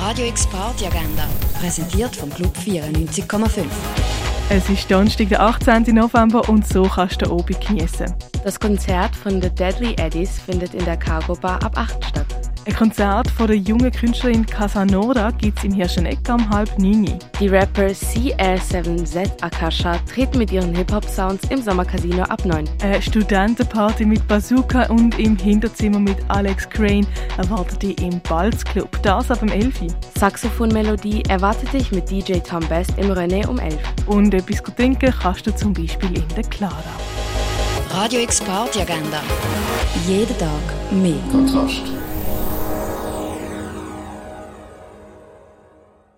Radio X Party Agenda, präsentiert vom Club 94,5. Es ist Donnerstag, der 18. November und so kannst du den Abend geniessen. Das Konzert von The Deadly Eddies findet in der Cargo Bar ab 8 statt. Ein Konzert von der jungen Künstlerin Casanora gibt es im Hirscheneck um halb 9 Uhr. Die Rapper CR7Z Akasha treten mit ihren Hip-Hop-Sounds im Sommercasino ab 9. Eine Studentenparty mit Bazooka und im Hinterzimmer mit Alex Crane erwartet dich im Balz Club. Das ab dem 11 Uhr. Saxophonmelodie erwartet dich mit DJ Tom Best im René um 11. Und etwas zu trinken kannst du zum Beispiel in der Clara. Radio X Party Agenda. Jeden Tag mehr. Kontrast.